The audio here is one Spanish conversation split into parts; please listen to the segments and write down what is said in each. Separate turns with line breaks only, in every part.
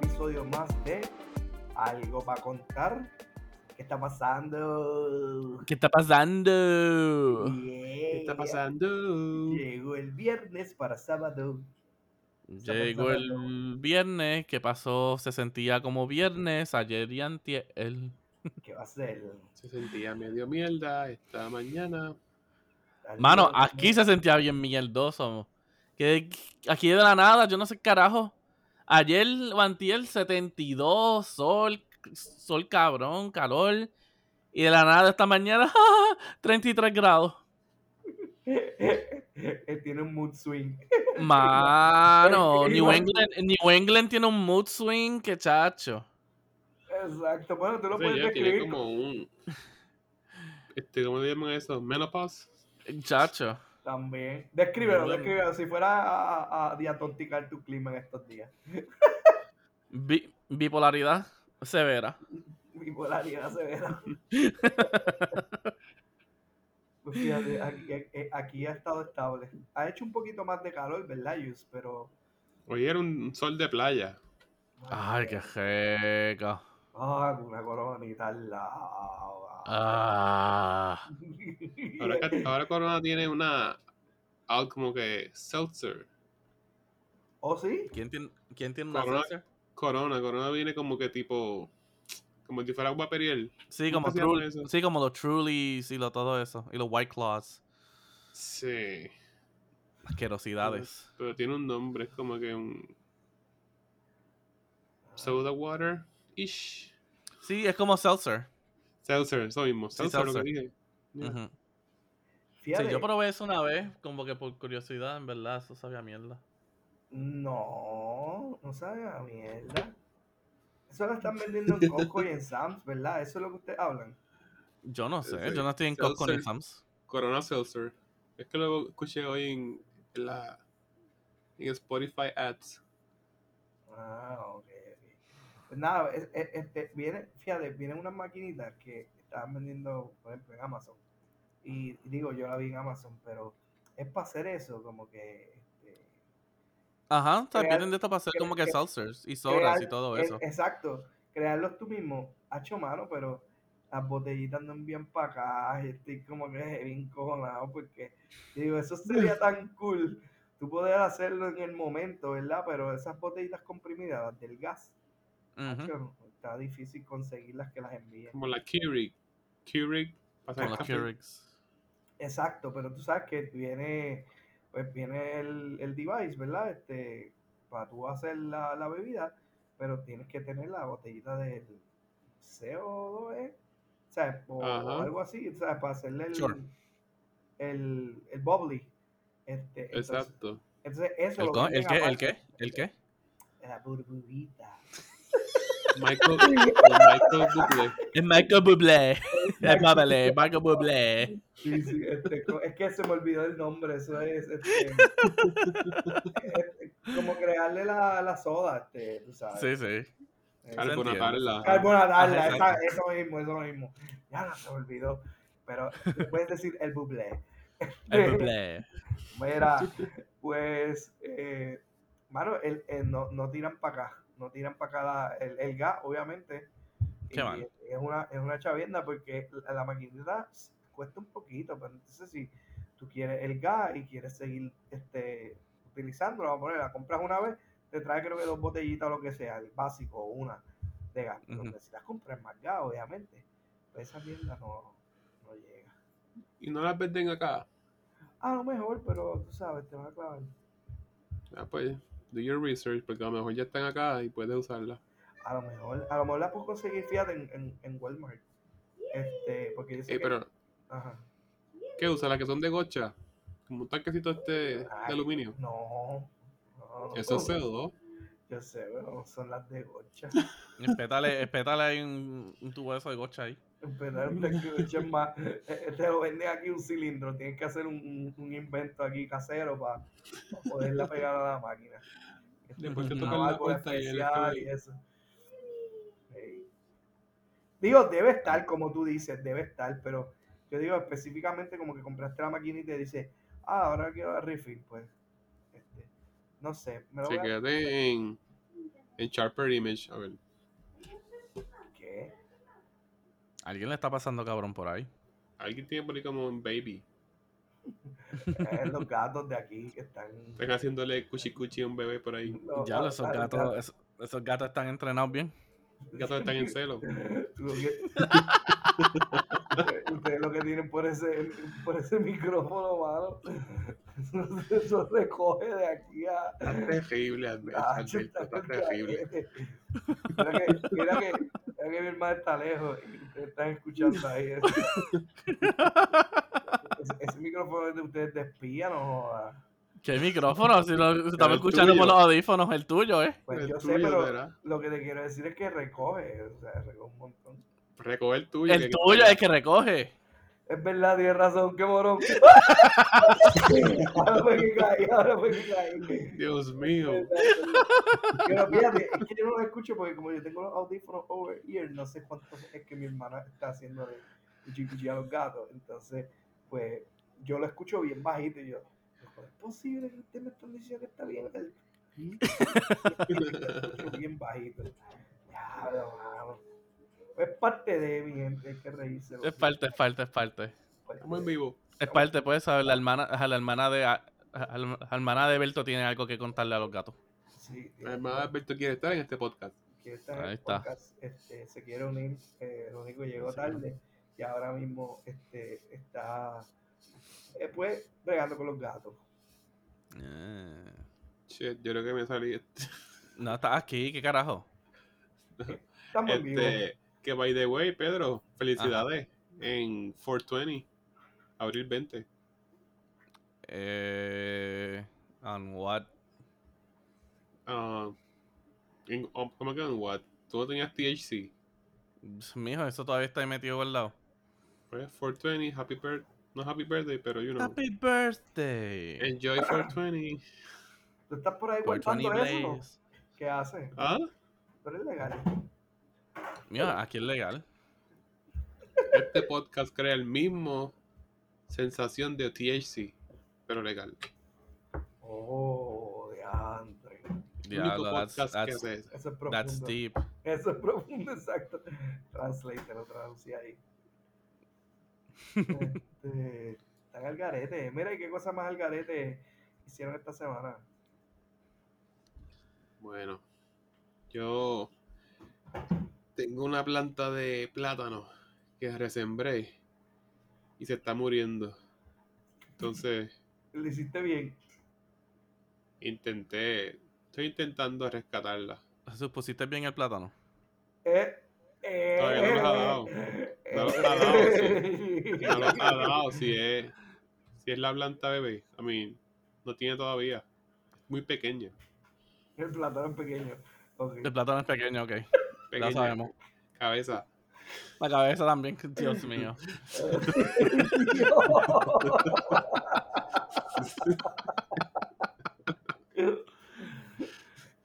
pues, más de Algo para contar. ¿Qué está pasando?
¿Qué está pasando?
¿Qué
está pasando?
Llegó el viernes para sábado.
Llegó el viernes, que pasó, se sentía como viernes, ayer y antier.
¿Qué va a ser?
Se sentía medio mierda esta mañana.
Mano, aquí se sentía bien mierdoso. Que aquí de la nada, yo no sé carajo. Ayer o antier 72, sol, sol cabrón, calor. Y de la nada esta mañana, 33 grados.
Eh, Tiene un mood swing.
Mano, New England, New England tiene un mood swing que chacho.
Exacto. Bueno, tú lo
O sea,
puedes
ya tiene
describir.
como un. Este, ¿Cómo le llaman eso? Menopause.
Chacho.
También. Descríbelo,
Bueno.
descríbelo. Si fuera a, a, a diatonticar tu clima en estos días.
Bi- bipolaridad severa.
Bipolaridad severa. pues fíjate, aquí, eh, aquí ha estado estable. Ha hecho un poquito más de calor, ¿verdad, Yus? Pero.
Hoy era un sol de playa.
Ay, qué rico.
Ah, una coronita al lado.
Ah.
Ahora, que- ahora Corona tiene una. Algo como que. Seltzer.
¿Oh, sí?
¿Quién tiene, ¿quién tiene una
Corona.
seltzer?
Corona. Corona viene como que tipo. Como si fuera agua periel.
Sí,
¿Cómo
como
se llama
Trul-
eso?
sí, como los Trulies y lo, todo eso. Y los White Claws.
Sí.
Asquerosidades.
Pero tiene un nombre. Es como que un. Soda water. Ish.
Sí, es como seltzer.
Seltzer, eso mismo.
Sí,
Seltzer, lo que
seltzer.
dije. Ya.
Ujú.
Fíjate.
Sí, yo probé eso una vez, como que por curiosidad, en verdad, eso sabía a mierda.
No, no sabe a mierda. Eso lo están vendiendo en Costco y en Sam's, ¿verdad? Eso es lo que ustedes hablan.
Yo no sé,
Sí,
yo no estoy en Costco ni
seltzer.
en Sam's.
Corona Seltzer. Es que lo escuché hoy en, en la en Spotify Ads.
Ah, ok, ok. Pues nada, es- es- este, viene, fíjate, vienen unas maquinitas que estaban vendiendo, por ejemplo, en Amazon. Y digo, yo la vi en Amazon, pero es para hacer eso, como que... este,
Ajá, o sea,
Crear-
vienen de esto para hacer como que
cre-
seltzers y sodas y
crear-
todo
e-
eso.
exacto, crearlos tú mismo, hacho mano, pero las botellitas andan bien para acá, y estoy como que bien cojonado, porque digo, eso sería tan cool, tú poder hacerlo en el momento, ¿verdad? Pero esas botellitas comprimidas, las del gas,
Ujú.
hacho, está difícil conseguirlas que las envíen.
Como la Keurig. Keurig. pasa
Con las
café.
Keurigs.
Exacto, pero tú sabes que viene, pues viene el, el device, ¿verdad? Este, para tú hacer la, la bebida, pero tienes que tener la botellita del CO2, E, ¿sabes? O
Ajá.
algo así, ¿sabes? Para hacerle el,
Sure.
el, el bubbly. Este, entonces,
Exacto.
entonces eso
¿El,
lo
co-
venden
el qué? ¿El
aparte.
qué? ¿El qué?
La burbujita.
Michael, o Michael Bublé.
Es Michael Bublé. Es Bublé, Michael Bublé.
Sí, sí, este, co- es que se me olvidó el nombre, eso es, este, este, como crearle la, la soda, este, tú sabes.
Sí, sí.
Eh,
Al-
Carbonatarla.
Carbonatarla,
Ajá,
esa- eso mismo, eso mismo. Ya no se me olvidó. Pero puedes decir el bublé.
El Bublé.
Mira, pues, eh, mano, el, el- no, no tiran para acá. No tiran para acá la- el, el gas, obviamente.
Qué
Y
mal.
es una, es una chavienda porque la, la maquinita cuesta un poquito, pero entonces si tú quieres el gas y quieres seguir este, utilizándolo, vamos a poner, la compras una vez, te trae creo que dos botellitas o lo que sea, el básico o una de gas. Pero
Ujú.
necesitas comprar más gas, obviamente. Pero esa mierda no, no llega.
Y no las venden acá.
A lo mejor, pero tú sabes, te vas a clavar.
Ah, pues, do your research, porque a lo mejor ya están acá y puedes usarlas.
A lo mejor, a lo mejor la puedo conseguir, fíjate, en, en, en Walmart. Este, porque yo sé
Ey,
que-
Eh, pero,
ajá.
¿qué usa? Las que son de gocha. Como un tanquecito este de
Ay, Oh.
aluminio.
No. no,
Eso es
no.
CO2.
Yo sé, pero son las de gocha.
Espétale, espétale hay un, un tubo de eso de gocha ahí.
Pero el de gocha es más. eh, eh, Te lo venden aquí un cilindro. Tienes que hacer un, un- un invento aquí casero para poderla pegar a la máquina.
Después te
Una
tocan
Una
la
válvula
puerta y el
especial y
FBI.
eso. Sí. Digo, debe estar, como tú dices, debe estar, pero yo digo específicamente como que compraste la máquina y te dice, ah, ahora quiero la refill, pues. Este, no sé, me lo voy a-
Se en En Sharper Image, a ver.
¿Qué?
Alguien le está pasando cabrón por ahí.
Alguien tiene por ahí como un baby.
Eh, los gatos de aquí que están.
Están haciéndole cuchi cuchi a un bebé por ahí.
los-
Ya, esos
a- a-
gatos, esos, esos gatos están entrenados bien.
Gatos están en celo.
Lo que- Ustedes lo que tienen por ese, por ese micrófono, mano. Eso, eso se coge de aquí a.
Está terrible, Alberto.
Ah,
Alberto,
está
está
eh,
terrible.
Mira que, mira que, mira que mi hermano está lejos y ustedes están escuchando ahí. eso. Ese, ese micrófono es de ustedes de espía, no jodas.
¿Qué micrófono? Si lo si
Pero
estamos
el
escuchando por
tuyo.
los audífonos, el tuyo, ¿eh?
Pues
El
yo sé,
tuyo,
pero
¿verdad?
lo que te quiero decir es que recoge, o sea, recoge un montón.
Recoge el tuyo.
El
que-
tuyo es el que recoge.
Es verdad, tienes razón, qué morón. ahora fue que caí, ahora fue que caí.
Dios mío.
Es verdad, es verdad. Pero fíjate, es que yo no lo escucho porque como yo tengo los audífonos over ear, no sé cuánto es que mi hermana está haciendo de cuchicuchi a los gatos. Entonces, pues yo lo escucho bien bajito y yo, ¿cómo es posible que ustedes me están diciendo que está bien? el-?" Lo escucho bien bajito. Diablo, mano. Es parte de mi gente, hay que reírse. Pues,
Es parte, es parte, es parte.
parte
Estamos en
de-
vivo.
Es parte, pues, a la hermana, a la hermana de a- a la hermana de Berto tiene algo que contarle a los gatos.
Sí, tiene-
La hermana de Alberto quiere estar en este podcast.
que está en
Ahí
el
está.
podcast, este, se quiere unir, eh, el único llegó
Sí.
tarde y ahora mismo este, está eh, pues bregando con los gatos.
Eh,
Shit, yo creo que me salí. este-
No, estás aquí, qué carajo.
Estamos en vivo.
Este, que by the way, Pedro, felicidades en 420, abril 20.
Eh, on what?
Ah, en- oh, ¿Cómo que en what? Tú no tenías THC.
Mijo, eso todavía está ahí metido guardado.
Pues 420, happy birthday. No happy birthday, pero you know.
Happy birthday.
Enjoy 420.
¿Tú estás por ahí
420
guardando eso? no?
Blaze.
¿Qué haces?
¿Ah?
Tú eres legal.
Mijo, aquí es legal.
Este podcast crea el mismo sensación de THC, pero legal.
Oh, diantre.
Diablo,
Único
that's,
podcast que
that's,
hace eso.
Eso es
that's
profundo.
deep.
Eso es profundo, exacto. Translate, lo traducí ahí. Este, están al garete. Mira, ¿y qué cosa más al garete hicieron esta semana?
Bueno, yo tengo una planta de plátano que resembré y se está muriendo. Entonces
Lo hiciste bien.
intenté, estoy intentando rescatarla.
Supusiste bien el plátano.
Eh, eh,
Todavía no lo ha dado. No lo ha dado,
eh,
Y No lo ha dado, si es, si es la planta bebé. A mí no tiene todavía. Es muy pequeña.
El plátano es pequeño. Ok.
El plátano es pequeño, ok.
pequeña
Ya sabemos.
Cabeza.
La cabeza también, Dios mío.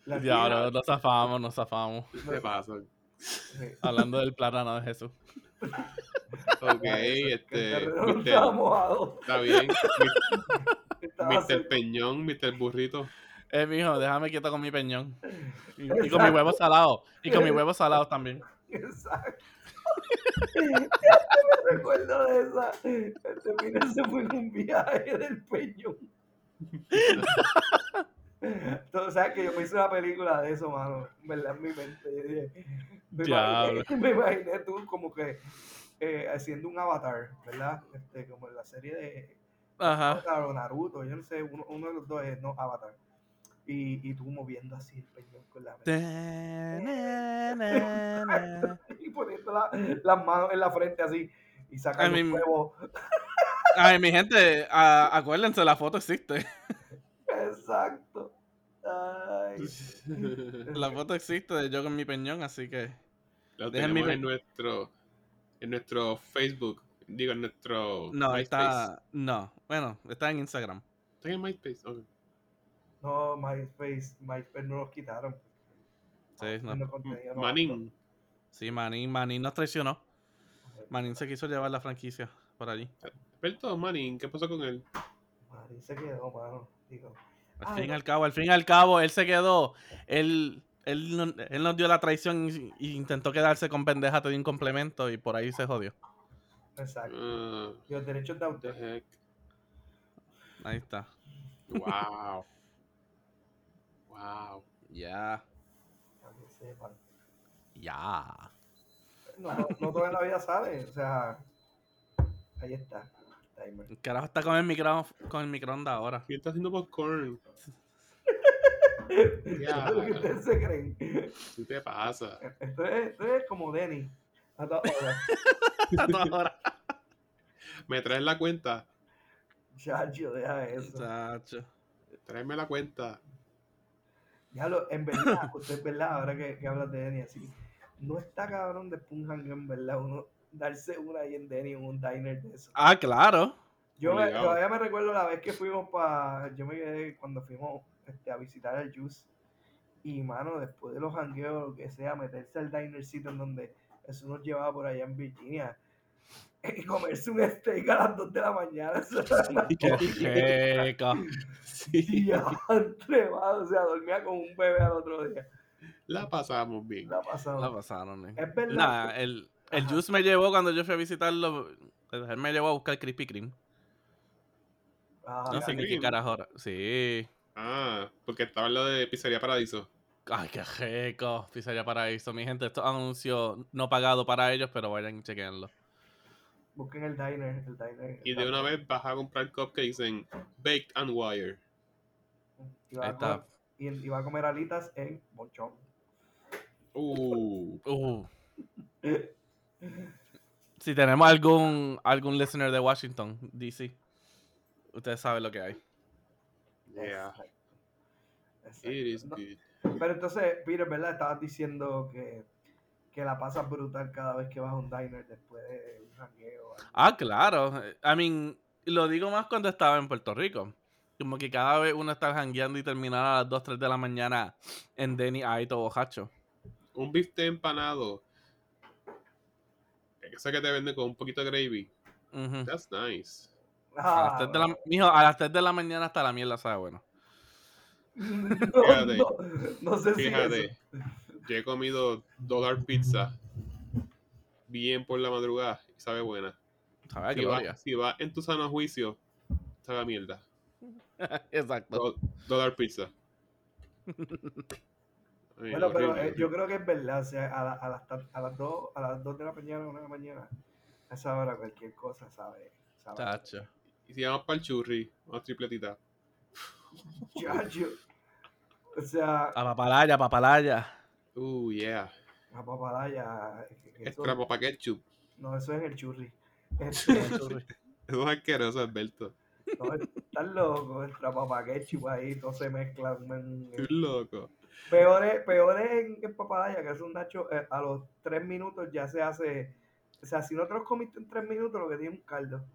La
Diablo,
tira.
nos zafamos, nos zafamos.
¿Qué pasa? Ok,
Hablando del plátano de Jesús.
Que
este.
el terreno no
Mr.
estaba mojado.
Está bien.
Estaba
Mr.
seco.
Peñón, Mr. Burrito.
Eh, mijo, déjame quieto con mi peñón. Y, y con mi huevo salado. Y con mi huevo salado también.
Exacto. me recuerdo de esa. Este final se fue en un viaje del peñón. Entonces, ¿sabes que Yo me hice una película de eso, mano. En verdad, en mi mente. Yo dije, me,
Diablo.
imaginé, me imaginé tú como que eh, haciendo un avatar, ¿verdad? Este, como en la serie de
Ajá.
Avatar o Naruto, yo no sé, uno, uno de los dos es no, Avatar. Y, y tú moviendo así el peñón con la mente. y poniendo la- las manos en la frente así y
I
sacando
mean-
un huevo.
Ay, mi gente, a- acuérdense, la foto existe.
Exacto. Ay.
La foto existe de yo con mi peñón, así que.
Lo
Dejen mi
tenemos
pe-
en nuestro, en nuestro Facebook. Digo, en nuestro.
No,
MySpace.
está. No, bueno, está en Instagram.
Está en MySpace. ok.
No, MySpace, MySpace no los quitaron.
Sí, no.
Haciendo contenido no-
Manin.
sí Manín, Manín nos traicionó. Manín se quiso llevar la franquicia por allí.
Alberto, Manin, ¿qué pasó con él?
Manin se quedó, mano. Digo,
Al fin y
Ay.
al cabo, al fin y al cabo, él se quedó. Él, Él, no- él nos dio la traición y, y intentó quedarse con pendeja, te di un complemento y por ahí se jodió.
Exacto.
Ah,
Y los derechos de
the
autor.
heck.
Ahí está.
Wow. wow.
Ya.
para que sepan.
Ya.
No, no, no todo en la vida sale. O sea, ahí está. Timer.
El carajo está con el, micro, con el microondas ahora.
¿Quién está haciendo popcorn?
Esto es lo que
Ya,
ustedes se creen.
¿Qué te pasa?
Esto es, esto es como Denny. A toda hora.
A toda hora.
¿Me traes la cuenta?
Chacho, deja eso.
Chacho.
Tráeme la cuenta.
Ya lo, en verdad, usted es verdad, ahora que, que hablas de Denny así. No está cabrón de Punhan, en verdad, uno darse una ahí en Denny en un diner de eso.
Ah, claro.
Yo me-
Obligado.
todavía me recuerdo la vez que fuimos para. Yo me quedé cuando fuimos este, a visitar al Juice. Y, mano, después de los jangueos, lo que sea, meterse al dinercito en donde eso nos llevaba por allá en Virginia. Y comerse un steak a las 2 de la mañana. Eso era una
Qué rico.
Sí,
tía, entrevado. O sea, dormía con un bebé al otro día.
la pasamos bien.
La pasamos.
La pasaron. eh.
Es verdad.
Nah, el, el
Ajá.
Juice me llevó cuando yo fui a visitarlo. Él me llevó a buscar Krispy Kreme.
Ah,
No
¿Krispy
sé ni qué
Kreme?
carajo ahora. Sí.
Ah, porque estaba en la de Pizzería Paradiso.
Ay, qué rico. Pizzería Paraíso, mi gente. Esto es anuncio no pagado para ellos, pero vayan y chequenlo.
Busquen el diner. El diner
Y de una vez vas a comprar cupcakes en Baked and Wire.
Y va,
Ahí
a comer,
está.
y, y va a comer alitas en Bonchón.
Uh,
Uh. Si tenemos algún algún listener de Washington, DC, ustedes saben lo que hay.
yeah.
Exacto. Exacto.
It is
No,
good.
pero entonces, Peter, ¿verdad? Estabas diciendo que, que la pasas brutal cada vez que vas a un diner después de un jangueo. o algo.
Ah, claro. Eh, I mean, lo digo más cuando estaba en Puerto Rico. Como que cada vez uno está jangueando y terminar a las 2, 3 de la mañana en Denny ahí todo bojacho.
Un bifte empanado. Ese que te vende con un poquito de gravy.
Ujú.
That's nice.
A
Ah,
las 3 de la, mijo, a las 3 de la mañana hasta la mierda sabe bueno.
no,
Fíjate.
no, no sé si eso.
Fíjate, yo he comido Dollar Pizza bien por la madrugada y sabe buena.
¿Sabes
Si va, si va en tu sano juicio, sabe a mierda.
Exacto.
Do- Dollar Pizza. Ay,
Bueno, pero
horrible.
eh, yo creo que es verdad, o sea, a, la- a las, ta- a las 2, a las 2 de la mañana, 1 de la mañana, a esa hora cualquier cosa, ¿sabes? Sabe.
Chacho.
Y si vamos para el churri, una tripletita.
Chacho. O sea,
A papalaya, papalaya.
Uh, yeah.
la papalaya, eso,
Extra para ketchup.
no, eso es en el churri. Este,
Eso es asqueroso, Alberto.
No, están locos, el trapapa ketchup ahí, todo se mezcla. un-
Estoy
un-
loco.
Peor es, peor es en, en papalaya, que es un nacho, eh, a los tres minutos ya se hace. O sea, si no te los comiste en tres minutos, lo que tiene es un caldo.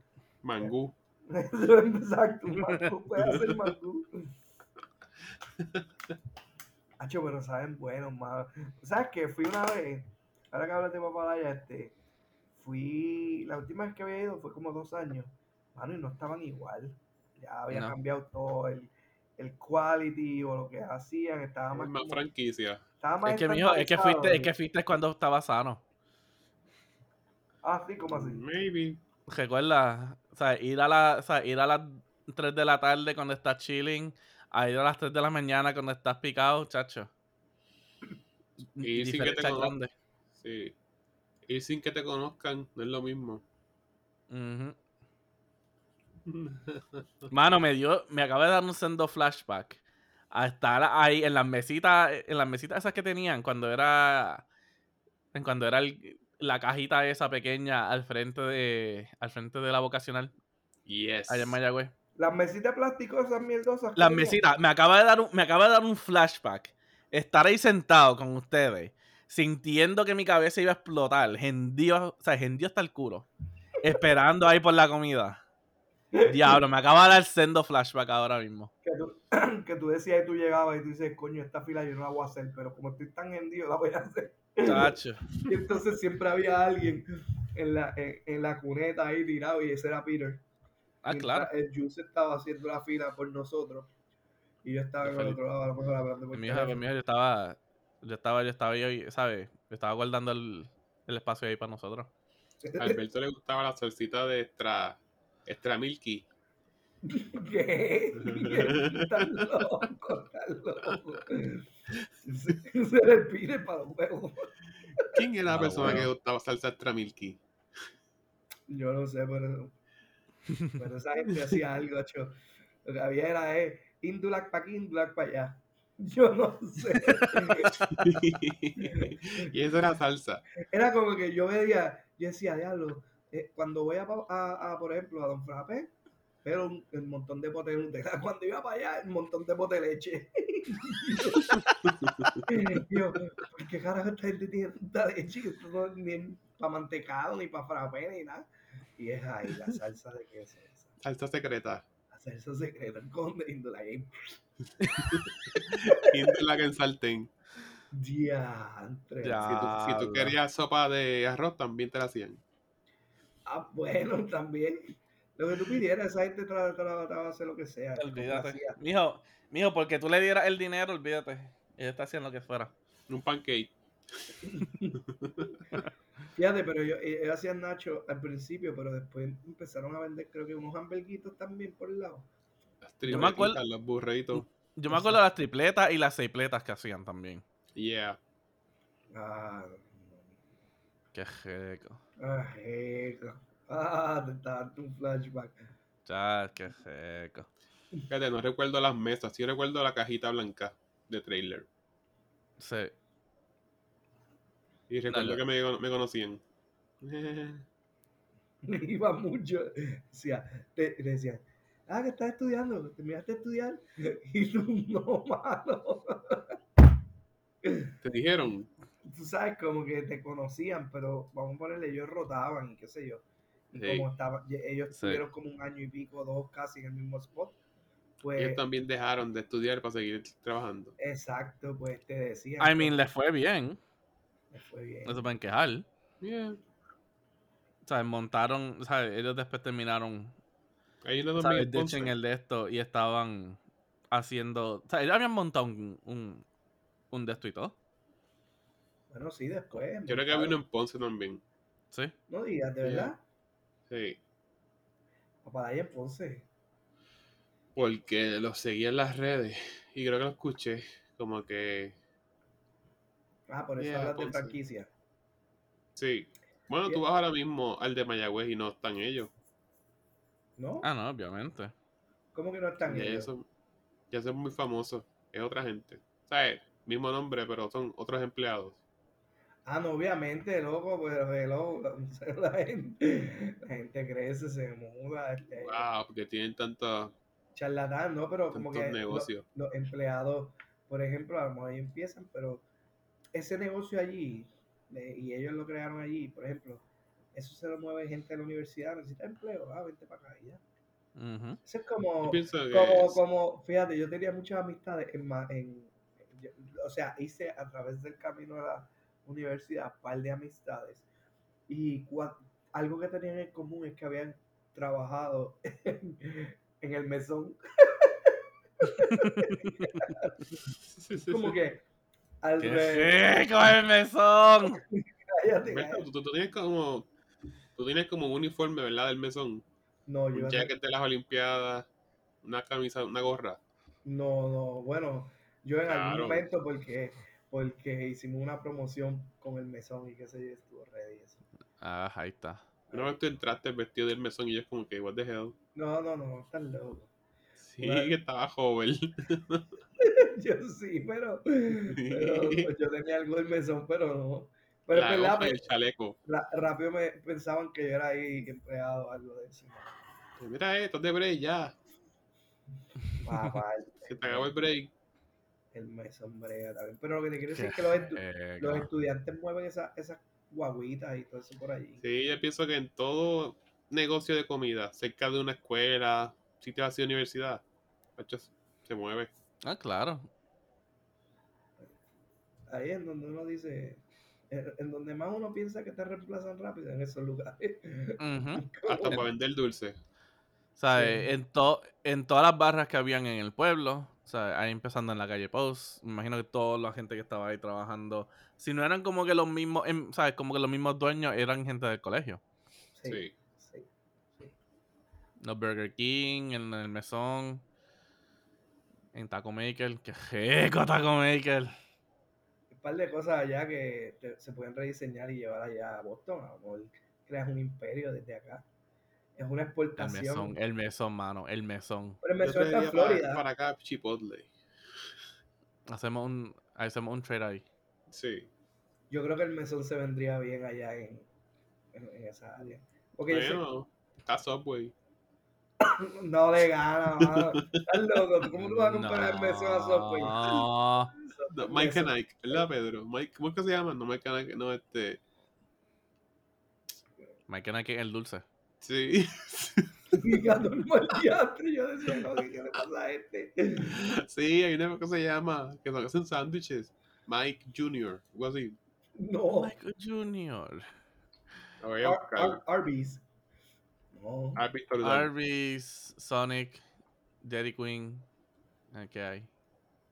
Mangú.
Eso es Exacto, un mangú, puedes hacer mangú. Hacho, pero saben buenos, más. ¿Sabes qué? Fui una vez, ahora que hablas de papalaya, este, fui, la última vez que había ido fue como dos años, mano, y no estaban igual. Ya había
No.
cambiado todo el, el quality o lo que hacían, estaba más,
Más, más
como-
franquicia.
estaba más
Es que, mijo, es que
estandarizado.
fuiste, es que fuiste cuando estaba sano.
Ah, sí, como
Mm.
así.
Maybe.
Recuerda, o sea, ir a, la, o sea, ir a las 3 de la tarde cuando estás chilling, a ir a las 3 de la mañana cuando estás picado, chacho.
Y sin que te
Diferencia
conozcan.
grande.
Sí. Y sin que te conozcan, no es lo mismo.
Ujú. Mano, me dio, me acaba de dar un sendo flashback a estar ahí en las mesitas, en las mesitas esas que tenían cuando era, en cuando era el- la cajita esa pequeña al frente de, al frente de la vocacional
Yes.
allá en Mayagüez.
Las mesitas plásticosas, esas mierdosas. que
Las
había.
mesitas, me acaba de dar un, me acaba de dar un flashback. Estar ahí sentado con ustedes, sintiendo que mi cabeza iba a explotar, hendido, o sea, hendido hasta el culo, esperando ahí por la comida. Diablo, me acaba de dar sendo flashback ahora mismo.
que tú, que tú decías y tú llegabas y tú dices, coño, esta fila yo no la voy a hacer, pero como estoy tan hendido, la voy a hacer.
Chacho.
Y entonces siempre había alguien en la, en, en la cuneta ahí tirado y ese era Peter.
Ah, claro.
Mientras El Juice estaba haciendo la fila por nosotros y yo estaba
Qué
en el
feliz.
otro lado, a lo mejor hablando por
Mi hija,
teléfono.
mi hija, yo estaba Yo estaba, yo estaba ahí, ¿sabes? Yo estaba guardando el, el espacio ahí para nosotros.
Eh,
A Alberto le gustaba la salsita de extra, extra milky.
¿Qué? Estás loco, estás loco. Se, se le pide para los huevos.
¿Quién era la
Ah,
persona
bueno.
que gustaba salsa extra milky?
Yo no sé, pero, pero esa gente hacía algo, hecho. Lo que había era eh, Indulac para aquí, Indulac para allá. Yo no sé.
y eso era salsa.
Era como que yo veía, yo decía, diablo, eh, cuando voy a, pa- a- a, por ejemplo, a Don Frappé, pero un, un montón de pote de Nutella. Cuando iba para allá, un montón de pote de leche. Y yo, ¿por qué carajo esta gente tiene tanta leche? Esto no es ni para mantecado, ni para frappé, ni nada. Y es ahí la salsa de queso. esa.
Salsa secreta.
La salsa secreta con Indulac. Y
¿Quién te la que en sartén?
Diantre.
Ya.
Si tú, si tú
Habla.
querías sopa de arroz, también te la hacían.
Ah, bueno, también. Lo que tú pidieras, esa gente te la- te la- te va a hacer lo que sea. te
Olvídate.
complacía.
Mijo, mijo, porque tú le dieras el dinero, olvídate. Ella está haciendo lo que fuera.
Un pancake.
Fíjate, pero yo, eh, ellos hacían Nacho al principio, pero después empezaron a vender, creo que unos hamburguitos también por el lado.
Las
Yo me acuerdo-
tripetitas, los burritos.
Yo me acuerdo de las tripletas y las seipletas que hacían también.
Yeah.
Ah,
Qué rico.
ah, rico. Ah, te está dando un flashback.
Chas, qué rico.
Fíjate, no recuerdo las mesas, sí recuerdo la cajita blanca de trailer.
Sí.
Y recuerdo
yo-
que me, me conocían.
Iba mucho. Decía, te, le decían, ah, que estás estudiando, terminaste de estudiar. Y tú, no, mano.
¿Te dijeron?
Tú sabes, como que te conocían, pero vamos a ponerle, ellos rotaban y qué sé yo. Y
Sí.
como estaba, y ellos
Sí.
estuvieron como un año y pico, dos casi en el mismo spot.
Ellos
Pues
también dejaron de estudiar para seguir trabajando.
Exacto, pues te decía.
I mean, les fue bien.
fue bien.
No se pueden quejar.
Yeah.
O sea, montaron, o sea, ellos después terminaron,
Ahí en la
¿sabes?
2011.
Ditching el de esto y estaban haciendo, o sea, ellos habían montado un, un, un de esto y todo.
Bueno, sí, después.
Yo creo que había uno en Ponce también.
Sí.
No digas, de
Ya.
verdad.
Sí.
Papá, ahí en Ponce.
Porque los seguía en las redes y creo que lo escuché. Como que.
Ah, por eso
Ya,
hablas de
Ponce.
franquicia.
Sí. Bueno, tú vas ahora mismo al de Mayagüez y no están ellos.
¿No?
Ah, no, obviamente.
¿Cómo que no están
Ya
ellos?
son, ya son muy famosos. Es otra gente. ¿Sabes? Mismo nombre, pero son otros empleados.
Ah, no, obviamente, loco, pues, pero hello, la gente, la gente crece, se muda, este,
Wow, porque tienen tantos,
charlatán, ¿no? Pero como
tantos
que los,
negocios.
los empleados, por ejemplo, a lo mejor ahí empiezan, pero ese negocio allí, de- y ellos lo crearon allí, por ejemplo, eso se lo mueve gente de la universidad, necesita empleo, ah, vente para acá y ya.
Ujú.
Eso es como,
Yo pienso que
como,
es-
como, fíjate, yo tenía muchas amistades en, ma- en- yo- o sea, hice a través del camino a la universidad un par de amistades y cua- algo que tenían en común es que habían trabajado en, en el mesón, como que al revés,
¡Qué rico el mesón!
cállate,
Alberto,
cállate.
tú, tú tienes como tú tienes como un uniforme, ¿verdad? Del mesón.
No, yo
Un jacket de las Olimpiadas, una camisa, una gorra.
No, no, bueno, yo en
Claro.
algún momento porque porque hicimos una promoción con el mesón y qué sé yo, estuvo ready eso.
Ah, ahí está.
Una vez tú entraste vestido del mesón y yo es como que what the hell.
No, no, no, tan loco.
Sí,
Bueno.
que estaba joven.
Yo sí, pero, pero yo tenía algo del mesón, pero no. Pero
la
en verdad,
gorra y el
pues,
chaleco.
ra- rápido me pensaban que yo era ahí empleado o algo de eso.
Mira, eh, estás de break ya.
Papá,
Se te acabó el break.
el mesón brega también. Pero lo que te quiero decir
Qué
es que los, estu-
rico.
los estudiantes mueven esa- esas guaguitas y todo eso por allí.
Sí, yo pienso que en todo negocio de comida, cerca de una escuela, sitio así de universidad, macho, se mueve.
Ah, claro.
Ahí es donde uno dice, en en donde más uno piensa que te reemplazan rápido en esos lugares.
Ujú.
Hasta para vender dulce.
¿Sabes? En, to- en todas las barras que habían en el pueblo, ¿sabes? Ahí empezando en la calle Post, me imagino que toda la gente que estaba ahí trabajando, si no eran como que los mismos, em, ¿sabes? Como que los mismos dueños eran gente del colegio.
sí,
Sí.
sí.
Los Burger King, en el mesón, en Taco Maker, que rico Taco Maker.
Un par de cosas allá que te- se pueden rediseñar y llevar allá a Boston. A lo mejor creas un imperio desde acá. Es una
El mesón,
exportación.
el mesón, mano, el mesón.
Pero me
eh, Yo
suelta
traería
en
para-
Florida.
Para, acá Chipotle.
Hacemos un, hacemos un trade ahí.
Sí.
Yo creo que el mesón se vendría bien allá en, en, en esa área. Porque yo sé-
Bueno, está Subway.
no le gana, mano. Estás loco. ¿tú ¿Cómo tú vas a comparar
No.
el mesón a Subway?
No,
Subway
Mike
es-
and Ike, ¿verdad, Pedro? Mike, ¿Cómo es que se llama? No, Mike and Ike, no, este.
Mike and Ike, el dulce.
Sí.
Picando el malteatro, y Yo decía, no, ¿qué le pasa a este?
Sí, hay una que se llama, que son- hacen sándwiches. Mike Jr., algo así.
No.
Michael Jr.
La voy a
Ar-
buscar.
Ar- Arby's. No.
Ah, Víctor Dal.
Arby's, Sonic, Dairy Queen. Ah, ¿Qué hay?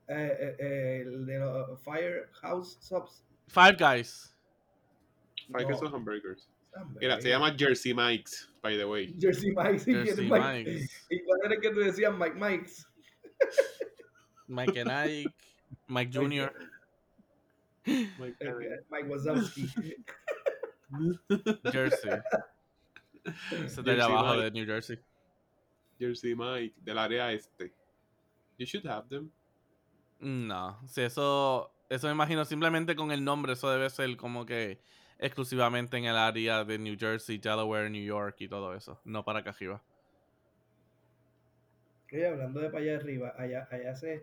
Eh, eh, eh, el de los Firehouse Subs.
Five Guys.
Five
No.
Guys of Hamburgers.
Hombre,
Mira, se llama Jersey Mike's, by the way.
Jersey Mike's. y
Jersey
tiene Mike-
Mike's.
¿Y cuál era el que tú decías? Mike Mike's.
Mike and Ike, Mike Jr.
Mike
El
and Ike.
que- Mike Wazowski.
Jersey. Ese de allá
Jersey
abajo
Mike.
de New Jersey.
Jersey Mike, del área este. You should have them.
Mm, No, si eso, eso me imagino simplemente con el nombre, eso debe ser como que exclusivamente en el área de New Jersey, Delaware, New York y todo eso, no para acá arriba.
Oye, hablando de para allá arriba, allá, allá se.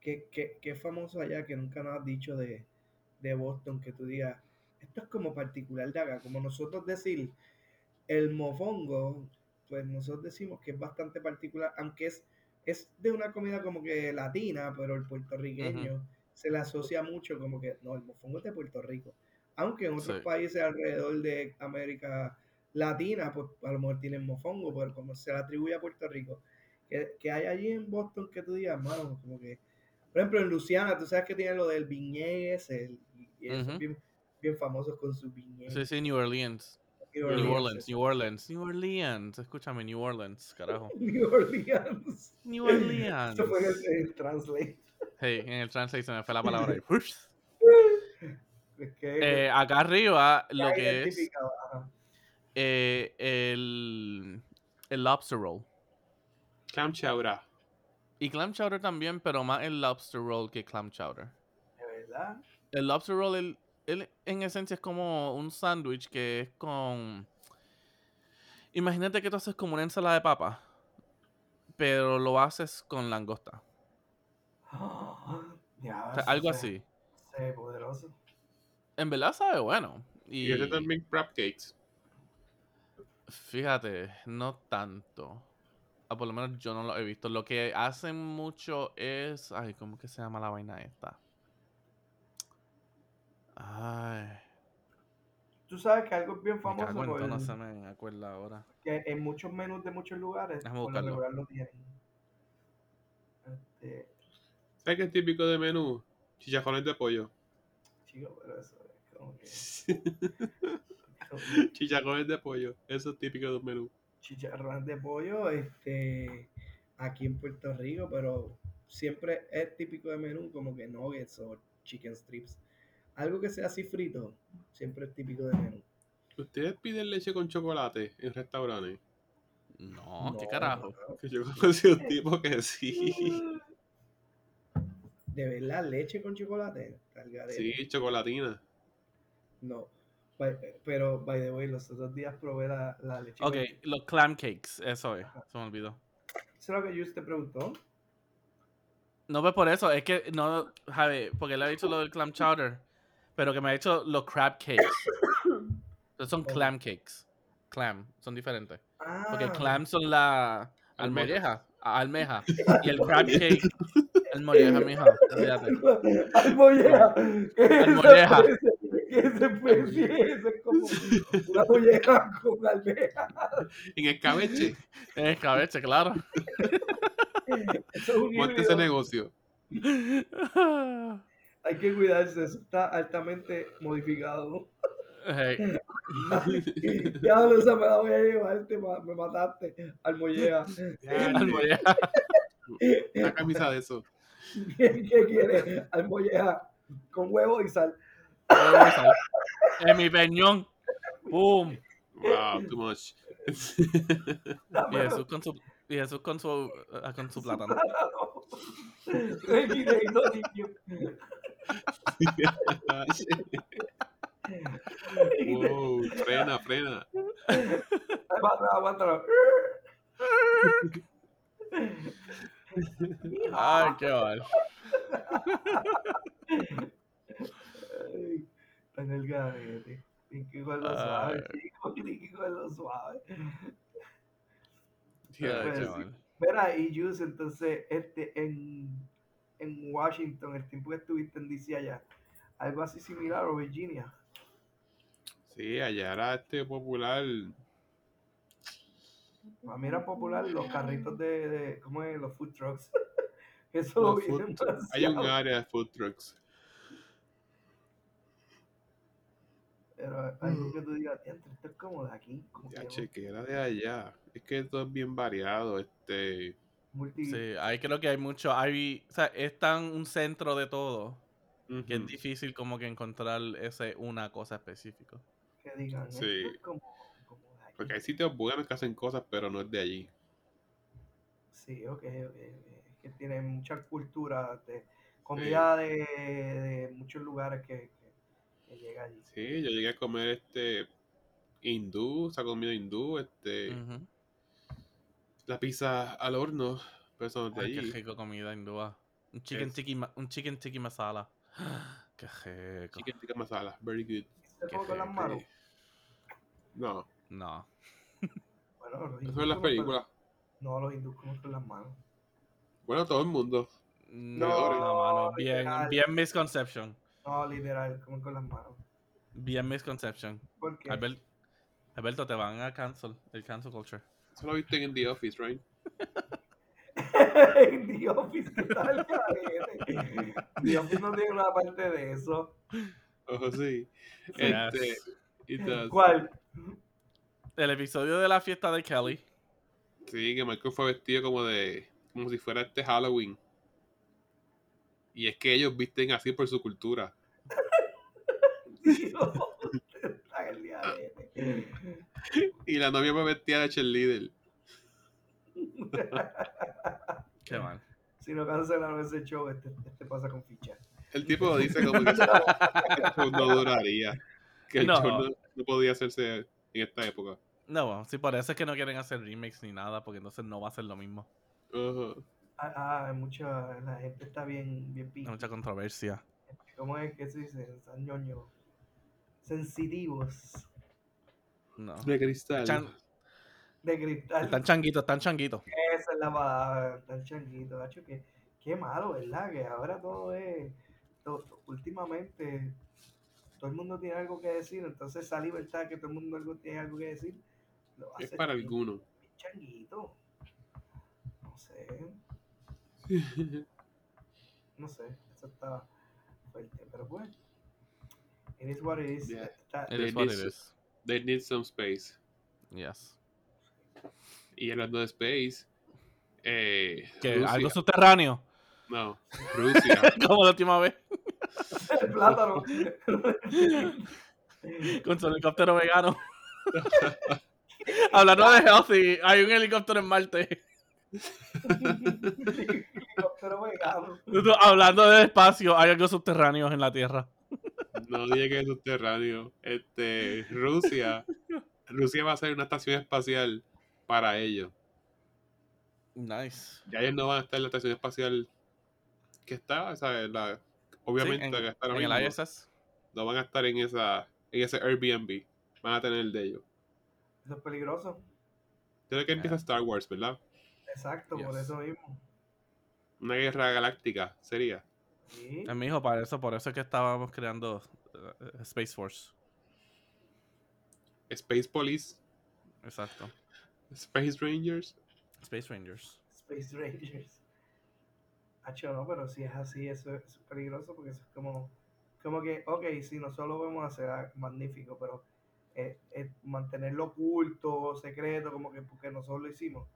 ¿Qué, qué, qué famoso allá que nunca nos has dicho de, de Boston que tú digas? Esto es como particular de acá, como nosotros decir el mofongo, pues nosotros decimos que es bastante particular, aunque es, es de una comida como que latina, pero el puertorriqueño se le asocia mucho como que no, el mofongo es de Puerto Rico. Aunque en otros
Sí.
países alrededor de América Latina, pues a lo mejor tienen mofongo, pero como se le atribuye a Puerto Rico, que, que hay allí en Boston que tú digas, mano, como que. Por ejemplo, en Luciana, tú sabes que tienen lo del viñé ese, el- y ellos son
Ujú.
bien, bien famosos con sus viñedos.
Sí, sí, New Orleans.
New
New
Orleans.
Orleans, New Orleans, New Orleans. Escúchame, New Orleans, carajo.
New Orleans.
New Orleans.
Eso fue en el, el translate.
Hey, en el translate se me fue la palabra. ahí. Ups.
Es que
Eh, acá arriba,
ya
lo que es
identificado, ajá.
eh, el, el lobster roll.
Clam chowder.
Y clam chowder también, pero más el lobster roll que clam chowder.
De verdad.
El lobster roll, el- el- en esencia, es como un sándwich que es con... Imagínate que tú haces como una ensalada de papa, pero lo haces con langosta.
Ah, ya,
O sea,
eso
algo
se-
así.
se ve poderoso.
En verdad sabe bueno.
Y
Y
ellos también crab cakes.
fíjate, no tanto. Ah, por lo menos yo no lo he visto. Lo que hacen mucho es... Ay, ¿cómo que se llama la vaina esta? Ay,
Tú sabes que algo es bien
me
famoso
cago en todo, no
por-
se me acuerda ahora.
que en muchos menús de muchos lugares
Déjame
por lo
buscarlo.
regular lo tienen. Este,
¿Sabes qué es típico de menú? Chicharrones de pollo.
chico, pero eso es como que
Chicharrones de pollo. Eso es típico de un menú.
chicharrones de pollo, este, aquí en Puerto Rico, pero siempre es típico de menú como que nuggets o chicken strips. Algo que sea así frito, siempre es típico de menú.
¿Ustedes piden leche con chocolate en restaurantes?
No, qué
No,
carajo.
no.
Que yo conocí a un tipo que sí.
De verdad, leche con chocolate. al garete.
Sí, chocolatina.
No. By- Pero, by the way, los otros días probé la, la leche.
Ok,
con-
los clam cakes, eso es, se me olvidó.
¿Eso es lo que yo te preguntó?
No, pues por eso, es que no, Javi, porque le ha dicho lo del clam chowder, pero que me ha dicho los crab cakes. Entonces son
Ok.
clam cakes. Clam, son diferentes.
Ah,
Porque clam son la
Almejas.
almeja, a- almeja. Y el crab cake, almolleja, mija, olvídate.
Almolleja. ¿Qué es esa
Almolleja.
frase? que se puede eso es como una pollera con almeja.
En escabeche.
En escabeche, claro.
Eso es un
este
Monte ese
híbrido.
negocio.
Hay que cuidarse, eso está altamente modificado.
Hey,
ya no esa me la voy a llevar, te ma- me mataste al mollea.
al mollera.
Una camisa de eso.
¿Qué quieres? Al molleja con huevo y sal.
Vamos a ver. En mi peñón. ¡Pum!
Wow, too much.
Ah,
Y
pero-
Jesús con su, y Jesús con su, ah, con su plátano.
Reggie de Ignorillo.
wow, frena, frena.
Aguántalo, aguántalo.
Ay, qué mal.
Ay, Está en el gabinete. Ricky con lo
Ay.
suave, chico. Ricky con lo suave.
Ay,
Pues,
qué
sí.
mal.
Mira, y Jus, entonces, este, en, en Washington, el tiempo que estuviste en DC allá, algo así similar o Virginia.
Sí, allá era este popular.
A mí era popular los carritos de, de ¿cómo es? Los food trucks. Eso lo
los
vi
food- hay un
demasiado.
área de food trucks.
Pero algo que tú digas, "Diantre, esto es como de aquí, como
Ya,
que
che, que era de allá. Es que todo es bien variado. Este,
multi-
Sí, ahí creo que hay mucho. Hay, o sea, es tan un centro de todo que
ujú.
es difícil como que encontrar ese una cosa específica.
que digan, "Esto
Sí.
es como, como de aquí".
Porque hay sitios buenos que hacen cosas, pero no es de allí.
Sí, ok, ok, ok. Que tiene mucha cultura, de, comida de, de muchos lugares que, que- que llega allí.
Sí, yo llegué a comer este hindú, esa comida hindú, este,
Ujú.
la pizza al horno, pero eso no es de
Ay, qué
allí.
rico comida hindúa. Un chicken
Es-
tiki, ma- un chicken tiki masala. Qué rico.
Chicken tikka masala, very good.
¿Se
Qué
come con las
rico.
manos?
No,
No.
Bueno,
Mm.
los
eso
hindúes
es las
comen con-
películas.
No, los hindúes comen con las manos.
Bueno, todo el mundo.
No, no, mano. Bien,
literal.
bien misconception.
No, literal, comen con las manos.
Bien misconception.
¿Por qué?
Albert- Alberto, te van a cancel. El cancel culture.
Eso lo viste en The Office, right?
En The Office ¿qué tal, carete? The Office no tiene una parte de eso.
Ojo, Oh, sí.
Yes.
Este, y te-
¿Cuál?
El episodio de la fiesta de Kelly.
Sí, que Michael fue vestido como de. como si fuera este Halloween. Y es que ellos visten así por su cultura.
Dios, está el diarete.
Y la novia fue vestida de cheerleader.
Qué mal.
Si no cancelaron ese show, este, este pasa con ficha.
El tipo dice como que el show no duraría. Que el
No.
show no, no podía hacerse en esta época.
No, bueno, sí, por eso es que no quieren hacer remakes ni nada, porque entonces no va a ser lo mismo.
Ujú.
Ah, ah, hay mucha, la gente está bien, bien
Hay
pica.
mucha controversia.
¿Cómo es que se dice? Están ñoños. Sensitivos.
No.
De cristal.
Chan-
De cristal.
están changuitos, están changuitos.
Esa es la palabra, tan changuito, gacho, que qué malo, ¿verdad? Que ahora todo es, to- to- últimamente todo el mundo tiene algo que decir, entonces esa libertad que todo el mundo algo- tiene algo que decir, lo
Es
hace
para
bien
alguno.
changuito. No sé, no sé, eso está fuerte, pero bueno. It is what it is.
Yeah.
Está-
It is what it
Delicioso.
is.
They need some space.
Yes.
Y hablando de space. Eh,
Que
Rusia.
algo subterráneo,
No, Rusia.
como la última vez,
el plátano.
con su helicóptero vegano. Hablando de healthy, hay un helicóptero en Marte.
Helicóptero vegano.
Hablando de espacio, hay algo subterráneo en la Tierra.
No dije que es subterráneo. Este, Rusia. Rusia va a ser una estación espacial para ellos.
Nice.
Ya ellos no van a estar en la estación espacial que está, ¿sabes? La, obviamente
Sí, en,
la que está ahora
en el
mismo.
ISS.
No van a estar en esa, en ese Airbnb. Van a tener el de ellos.
Eso es peligroso.
Yo creo que
Yeah.
empieza Star Wars, ¿verdad?
Exacto, por
Yes.
eso mismo.
Una guerra galáctica sería.
Sí.
Eh, mijo, para eso, por eso es que estábamos creando eh, Space Force.
Space Police,
Exacto.
Space Rangers.
Space Rangers.
Space Rangers. Hacho, no, pero si es así, eso es, eso es peligroso porque eso es como, como que, ok, si nosotros lo vamos a hacer ah, magnífico, pero eh, eh, mantenerlo oculto, secreto, como que porque nosotros lo hicimos,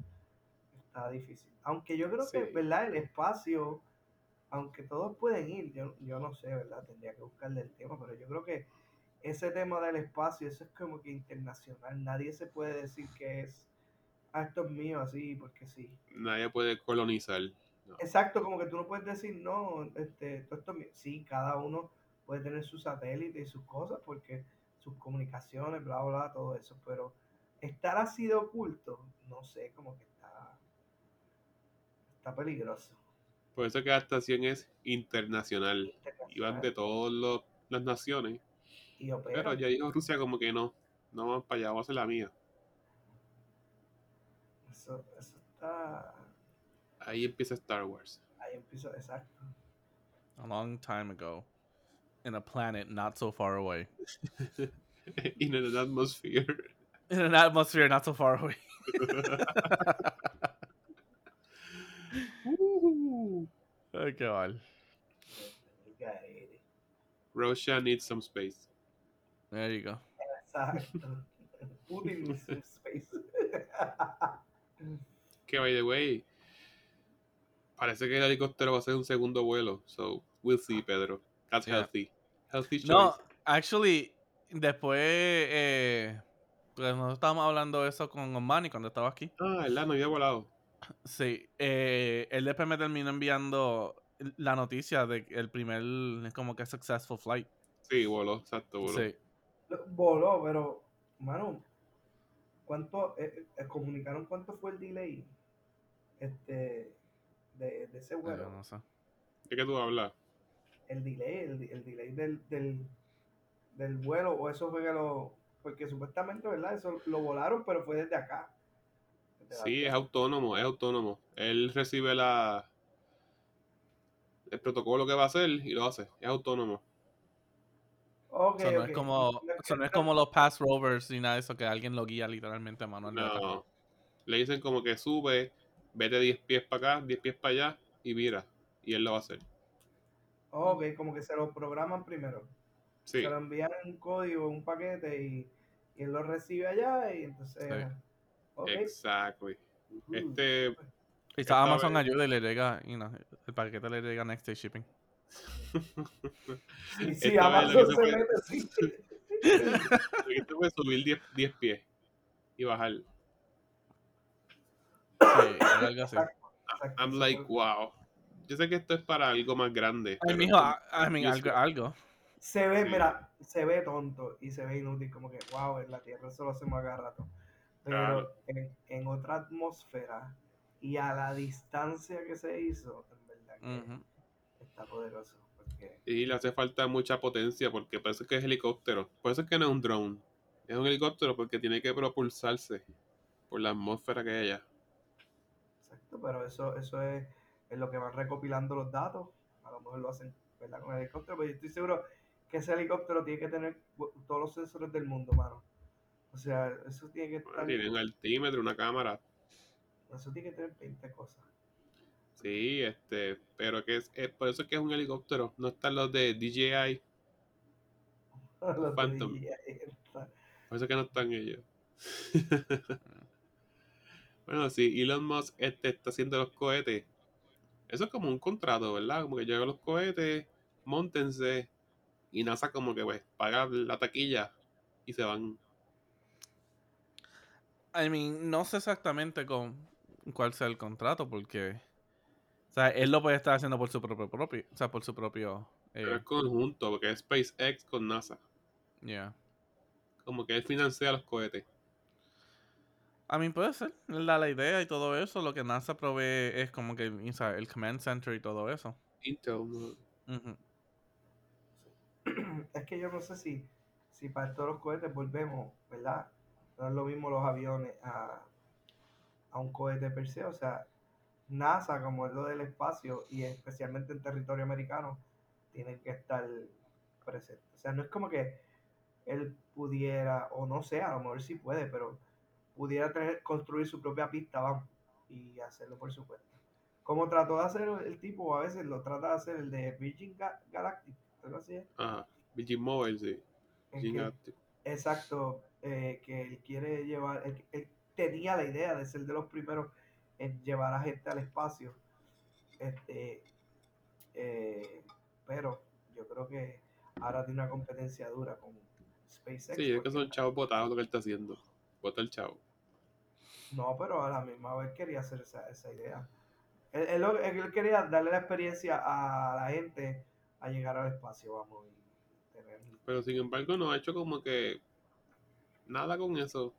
está difícil. Aunque yo creo que,
Sí.
¿verdad? El espacio, aunque todos pueden ir, yo, yo no sé, ¿verdad? Tendría que buscarle el tema, pero yo creo que ese tema del espacio, eso es como que internacional, nadie se puede decir que es, ah, esto es mío así, porque sí.
Nadie puede colonizar.
Exacto, como que tú no puedes decir, no, este, todo esto, es mío". sí, cada uno puede tener su satélite y sus cosas, porque sus comunicaciones, bla, bla, bla, todo eso, pero estar así de oculto, no sé, como que está, está peligroso.
Por eso que la estación es internacional. Y van de todas los- las naciones.
Y operan.
Pero ya dijo Rusia como que no. No van para allá, vamos a hacer la mía.
Eso, eso está,
Ahí empieza Star Wars.
ahí empieza, exacto.
A long time ago. In a planet not so far away.
In an atmosphere.
In an atmosphere not so far away. Ay, qué mal.
El garete.
Russia needs some space.
There you go.
Exacto. Putin needs some space.
Que by the way, parece que el helicóptero va a hacer un segundo vuelo. So we'll see, Pedro. That's
Yeah.
healthy. Healthy choice.
No, actually, después. Eh, pues nosotros estábamos hablando eso con Omani cuando estaba aquí.
Ah, ¿verdad? No había volado.
Sí, eh, él después me terminó enviando la noticia de que el primer, es como que successful flight.
Sí, voló, exacto, voló.
Sí,
Lo- Voló, pero, mano, ¿cuánto eh, eh, comunicaron cuánto fue el delay este, de, de ese
bueno.
vuelo?
no sé.
¿De qué tú hablas?
El delay, el, el delay del, del, del vuelo, o eso fue que lo. Porque supuestamente, ¿verdad? Eso lo volaron, pero fue desde acá. Desde la
Sí, es
tierra.
autónomo, es autónomo. Él recibe la el protocolo que va a hacer y lo hace. Es autónomo.
O
Ok,
sea, no
ok.
es como,
No es
o sea, no es
que-
como los past rovers ni nada de eso que alguien lo guía literalmente a mano.
No. Le dicen como que sube, vete 10 pies para acá, 10 pies para allá y mira. Y él lo va a hacer.
Ok, como que se lo programan primero.
Sí.
Se lo envían un código, un paquete y, y él lo recibe allá y entonces.
Sí.
ok. Mm.
Exacto.
Ujú.
Este,
Quizá
Esta
Amazon
vez-
ayuda y le llega, you know, el paquete le llega next day shipping.
Y si
Esta vez lo
Amazon se
que se fue-
mete, sí.
Lo que hizo fue subir 10, 10 pies y bajar.
Sí, era algo así.
Exacto,
I'm
eso
like,
fue.
wow. Yo sé que esto es para algo más grande.
Ay,
pero
mijo, ah.
esto-
I- I mean,
Yo
algo,
sé.
algo.
Se ve,
Sí.
mira, se ve tonto y se ve inútil, como que, wow, en la Tierra eso lo hacemos a cada rato. Pero
Claro.
en, en otra atmósfera y a la distancia que se hizo, en verdad que
Ujú.
está poderoso. Porque
Y le hace falta mucha potencia porque parece que es helicóptero. Por eso es que no es un drone. Es un helicóptero porque tiene que propulsarse por la atmósfera que hay allá.
Exacto, pero eso, eso es, es lo que van recopilando los datos. A lo mejor lo hacen ¿verdad? con el helicóptero, pero yo estoy seguro que ese helicóptero tiene que tener bu- todos los sensores del mundo, mano. O sea, eso tiene que
Bueno,
estar,
tiene un altímetro, una cámara.
eso tiene que tener 20 cosas.
Sí, este, pero que es, es- por eso es que es un helicóptero. No están los de DJI.
Los de
Phantom.
DJI, está-
Por eso es que no están ellos. bueno, sí, Elon Musk este, está haciendo los cohetes. Eso es como un contrato, ¿verdad? Como que yo hago los cohetes, montense y NASA como que pues paga la taquilla y se van.
I mean, no sé exactamente con cuál sea el contrato porque, o sea, él lo puede estar haciendo por su propio, propio o sea, por su propio... eh,
Pero es conjunto, porque es SpaceX con NASA.
yeah.
Como que él financia los cohetes.
A mí puede ser, la, la idea y todo eso, lo que NASA provee es como que o sea, el Command Center y todo eso.
Intel, ¿no?
Ujú.
es que yo no sé si, si para todos los cohetes volvemos, ¿verdad? No es lo mismo los aviones a, a un cohete per se. O sea, NASA, como es lo del espacio, y especialmente en territorio americano, tienen que estar presente. O sea, no es como que él pudiera, o no sé, a lo mejor sí puede, pero pudiera tener, construir su propia pista, vamos, y hacerlo por supuesto. Como trató de hacer el tipo, a veces lo trata de hacer el de Virgin Ga- Galactic, algo así es,
Ajá. Virgin Mobile, sí.
en
Virgin
que-
Active.
Exacto, eh, que él quiere llevar, él, él tenía la idea de ser de los primeros en llevar a gente al espacio. Este, eh, pero yo creo que ahora tiene una competencia dura con SpaceX.
Sí, es que
porque-
son chavos botados lo que él está haciendo. Bota el chavo.
No, pero a la misma vez quería hacer esa, esa idea. Él, él lo- él quería darle la experiencia a la gente a llegar al espacio, vamos, y tener
Pero sin embargo no ha hecho como que nada con eso.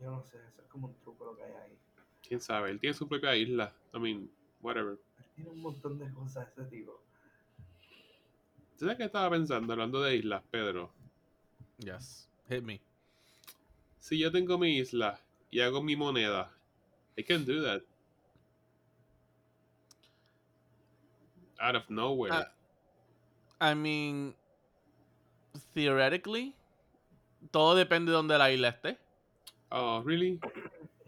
Yo no sé, eso es como un truco lo que hay ahí.
Quién sabe, él tiene su propia isla. I mean, whatever.
Tiene un montón de cosas ese tipo.
¿Tú ¿Sabes qué estaba pensando hablando de islas, Pedro?
Yes. Hit me.
Si yo tengo mi isla y hago mi moneda, I can do that. Out of nowhere.
Ah. I mean, theoretically, todo depende de donde la isla esté.
Oh, really?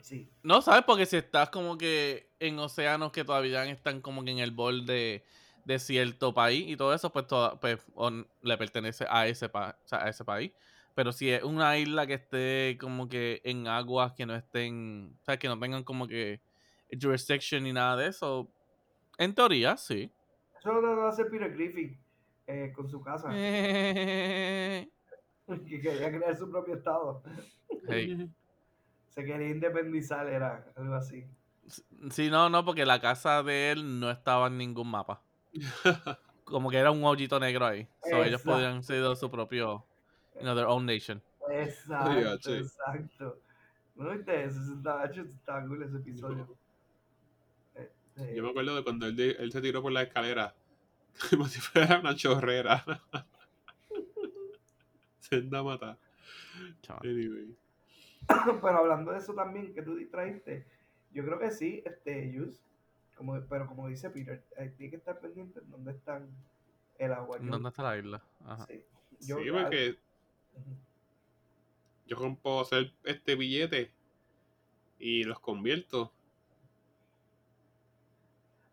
Sí,
No, ¿sabes? Porque si estás como que en océanos que todavía están como que en el borde de cierto país y todo eso, pues, toda- pues, on- le pertenece a ese, pa- o sea, a ese país. Pero si es una isla que esté como que en aguas que no estén, o sea, que no tengan como que jurisdiction ni nada de eso, en teoría, sí.
eso lo trató de hacer Peter Griffin eh, con su casa,
Hey.
que quería crear su propio estado. Se quería independizar, era algo así.
Sí, no, no, porque la casa de él no estaba en ningún mapa. Como que era un hoyito negro ahí. So, ellos
Exacto.
podían ser su propio, you know, their own nation.
Exacto,
Oiga, che.
exacto. ¿No viste eso? Eso estaba, eso estaba cool ese episodio. Este,
Yo me acuerdo de cuando él, di- él se tiró por la escalera, como si fuera una chorrera. se anda a matar.
Chaval.
Anyway.
Pero hablando de eso también, que tú distraíste, yo creo que sí, este, Jus, como, pero como dice Peter, eh, tiene que estar pendiente en dónde están el agua. Yo-
¿Dónde está la isla? Ajá.
sí,
Sí,
yo- ah,
porque
Ujú.
yo como puedo hacer este billete y los convierto.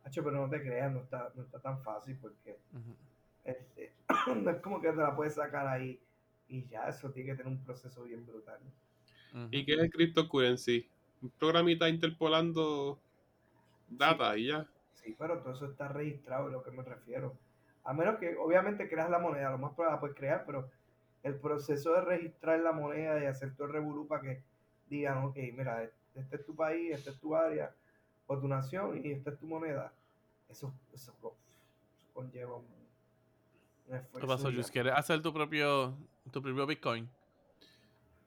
Acho, pero no te creas, no está, no está tan fácil porque
Ujú.
este, no es como que te la puedes sacar ahí y ya, eso tiene que tener un proceso bien brutal.
Ujú.
¿Y qué es el cryptocurrency? Un programita interpolando data y ya.
Sí, pero todo eso está registrado, es lo que me refiero. A menos que, obviamente, creas la moneda, lo más probable la puedes crear, pero el proceso de registrar la moneda y hacer todo el revolú para que digan, ok, mira, este es tu país, este es tu área, o tu nación, y esta es tu moneda. Eso, eso, co- eso conlleva un, un
¿Qué
esfuerzo.
pasó, Jus?
gigante.
¿Quieres hacer tu propio, tu propio Bitcoin?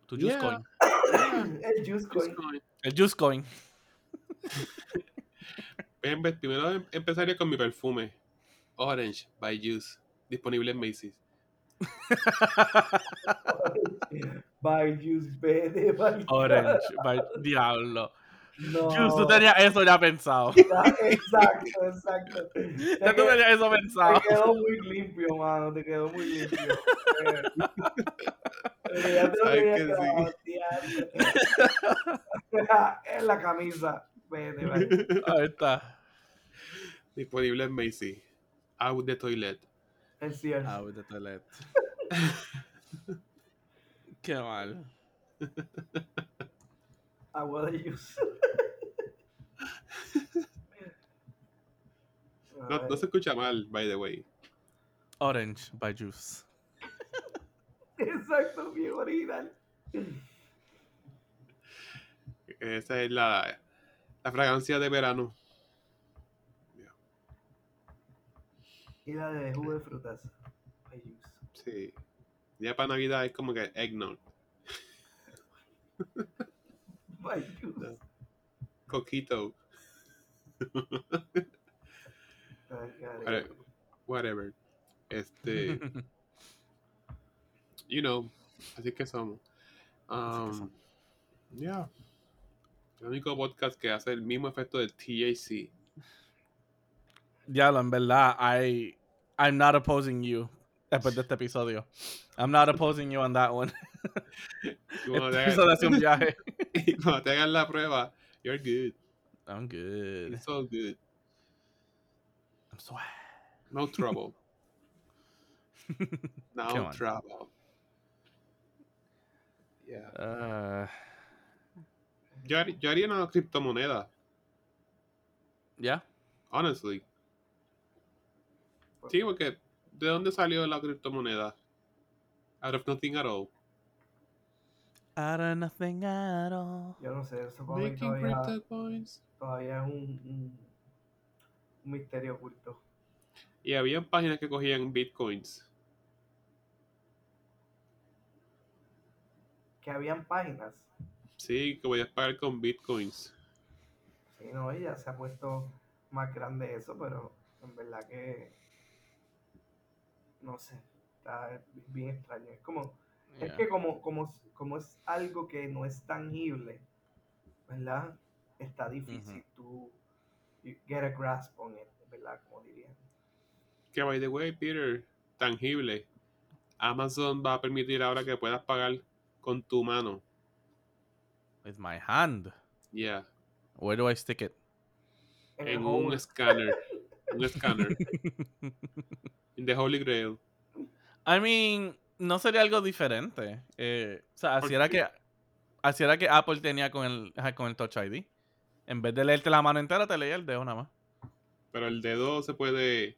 Tu
Yeah.
Juscoin.
El Juice Coin.
El Juscoin.
Pues empe- Primero em- empezaría con mi perfume. Orange by Juice. Disponible en Macy's.
By Juice vete pa'l
Orange. by- Diablo.
No.
Jus, tú tenías eso ya pensado.
Exacto, exacto. Te,
Ya tú
qued-
tenías eso
te
pensado.
quedó muy limpio, mano. Te quedó muy limpio. Eh. Eh, ya te lo
Sabes
tenía
que
clavado, diablo. en la camisa. Vete, vale.
Ahí está.
Disponible en Macy's. Out the toilet.
Es cierto.
Ah, vete toilet. Qué mal.
Agua de juice. A
No,
ver.
no se escucha mal, by the way.
Orange by Juice.
Exacto, bien original.
Esa es la, la fragancia de verano.
Y la de jugo de frutas. By juice.
Sí. Ya para Navidad es como que eggnog.
By juice.
Coquito.
Ay, cara.
Whatever. whatever. Este, you know. Así que somos.
Así que
Um, yeah. El único podcast que hace el mismo efecto de THC.
Diablo, en verdad, I, I'm not opposing you. Después de este episodio. I'm not opposing you on that one.
Y cuando, te
Este episodio
hagan,
hace un viaje.
y cuando te hagan la prueba, you're good.
I'm good.
It's all good.
I'm swag.
No trouble.
Qué
No
mal.
trouble. Yeah.
Ah,
Yo, har- yo haría una criptomoneda,
yeah.
honestly. Sí, porque ¿de dónde salió la criptomoneda? Out of nothing at all.
Out of nothing at all.
Yo no sé, eso para mí
Making
todavía,
crypto coins.
todavía es un, un, un misterio oculto.
Y habían páginas que cogían bitcoins.
Que habían páginas.
Sí, que podías pagar con bitcoins.
Sí, no, ella se ha puesto más grande eso, pero en verdad que no sé, está bien extraño. Es como, es
Yeah.
que como, como, como es algo que no es tangible, ¿verdad? Está difícil tú you get a grasp on it, ¿verdad? Como dirían.
Que by the way, Peter, tangible. Amazon va a permitir ahora que puedas pagar con tu mano.
With my hand.
Yeah.
Where do I stick it?
En el
En
home,
un escáner. Un escáner. In the Holy Grail.
I mean, no sería algo diferente. Eh, o sea, así
¿Por
era
qué?
que así era que Apple tenía con el, ajá, con el Touch ID. En vez de leerte la mano entera, te leía el dedo nada más.
Pero el dedo se puede.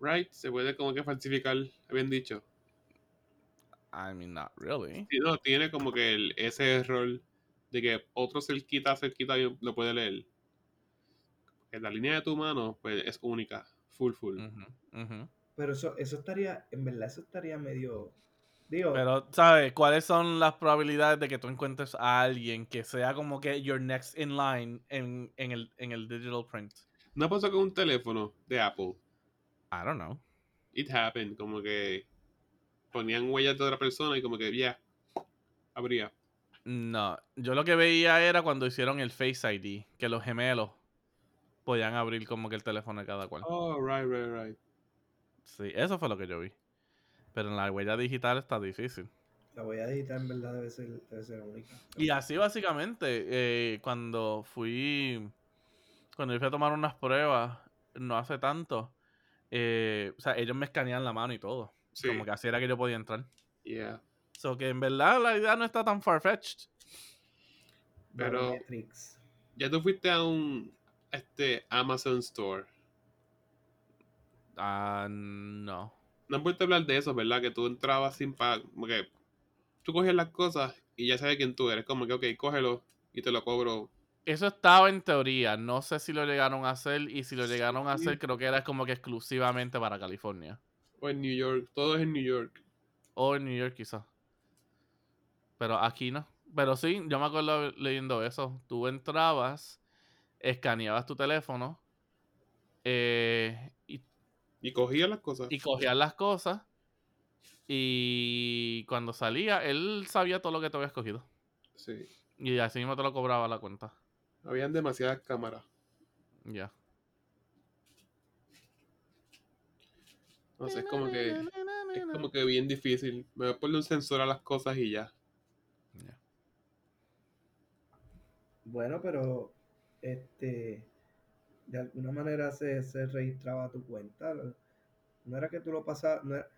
Right? Se puede como que falsificar, habían dicho.
I mean, not really.
Sí, no, tiene como que el, ese error de que otro cerquita, cerquita y lo puede leer. En la línea de tu mano, pues es única. Full, full.
Ujú, ujú.
pero eso, eso estaría, en verdad, eso estaría medio, digo,
Pero, ¿sabes? ¿Cuáles son las probabilidades de que tú encuentres a alguien que sea como que your next in line en, en el, en el digital print?
No pasó con un teléfono de Apple.
I don't know.
It happened. Como que ponían huellas de otra persona y como que ya. abría.
No, yo lo que veía era cuando hicieron el Face ID, que los gemelos podían abrir como que el teléfono de cada cual.
Oh, right, right, right.
Sí, eso fue lo que yo vi. Pero en la huella digital está difícil.
la voy a editar, en verdad, debe ser, debe ser única.
Y así básicamente, eh, cuando fui, cuando yo fui a tomar unas pruebas, no hace tanto, eh, o sea, ellos me escanean la mano y todo.
Sí.
Como que así era que yo podía entrar.
Yeah.
So que en verdad la idea no está tan far-fetched.
Pero-
Barometrics.
Ya tú fuiste a un este Amazon Store.
Ah, no.
No han vuelto a hablar de eso, ¿verdad? Que tú entrabas sin pagar. Como que tú cogías las cosas y ya sabes quién tú eres. Como que, ok, cógelo y te lo cobro.
Eso estaba en teoría. No sé si lo llegaron a hacer. Y si lo llegaron a
Sí.
hacer, creo que era como que exclusivamente para California.
O en New York. Todo es en New York.
O en New York, quizás. Pero aquí no. Pero sí, yo me acuerdo leyendo eso. Tú entrabas, escaneabas tu teléfono eh, y,
Y cogías las cosas.
y cogías las cosas. Y cuando salía, él sabía todo lo que te habías cogido.
Sí.
Y así mismo te lo cobraba la cuenta.
Habían demasiadas cámaras.
Ya.
No sé, es como que. Es como que bien difícil. Me voy a poner un sensor a las cosas y ya.
Ya.
Bueno, pero este de alguna manera se, se registraba tu cuenta. ¿no? No era que tú lo pasabas, no era-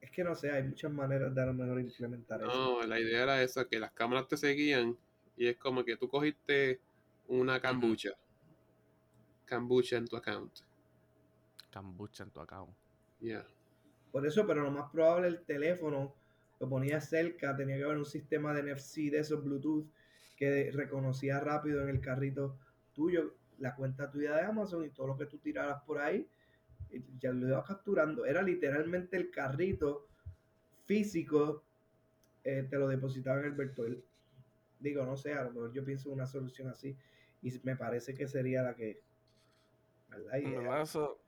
es que no sé, hay muchas maneras de a lo mejor implementar eso.
No, la idea era esa, que las cámaras te seguían y es como que tú cogiste una cambucha. Cambucha en tu account.
Cambucha en tu account.
Yeah.
Por eso, pero lo más probable el teléfono lo ponía cerca, tenía que haber un sistema de NFC de esos Bluetooth que de- reconocía rápido en el carrito tuyo la cuenta tuya de Amazon y todo lo que tú tiraras por ahí, y ya lo ibas capturando. Era literalmente el carrito físico, eh, te lo depositaba en el virtual. Digo, no sé, a lo mejor yo pienso en una solución así y me parece que sería la que... ¿verdad? Y,
En
eh,
verdad, Eso,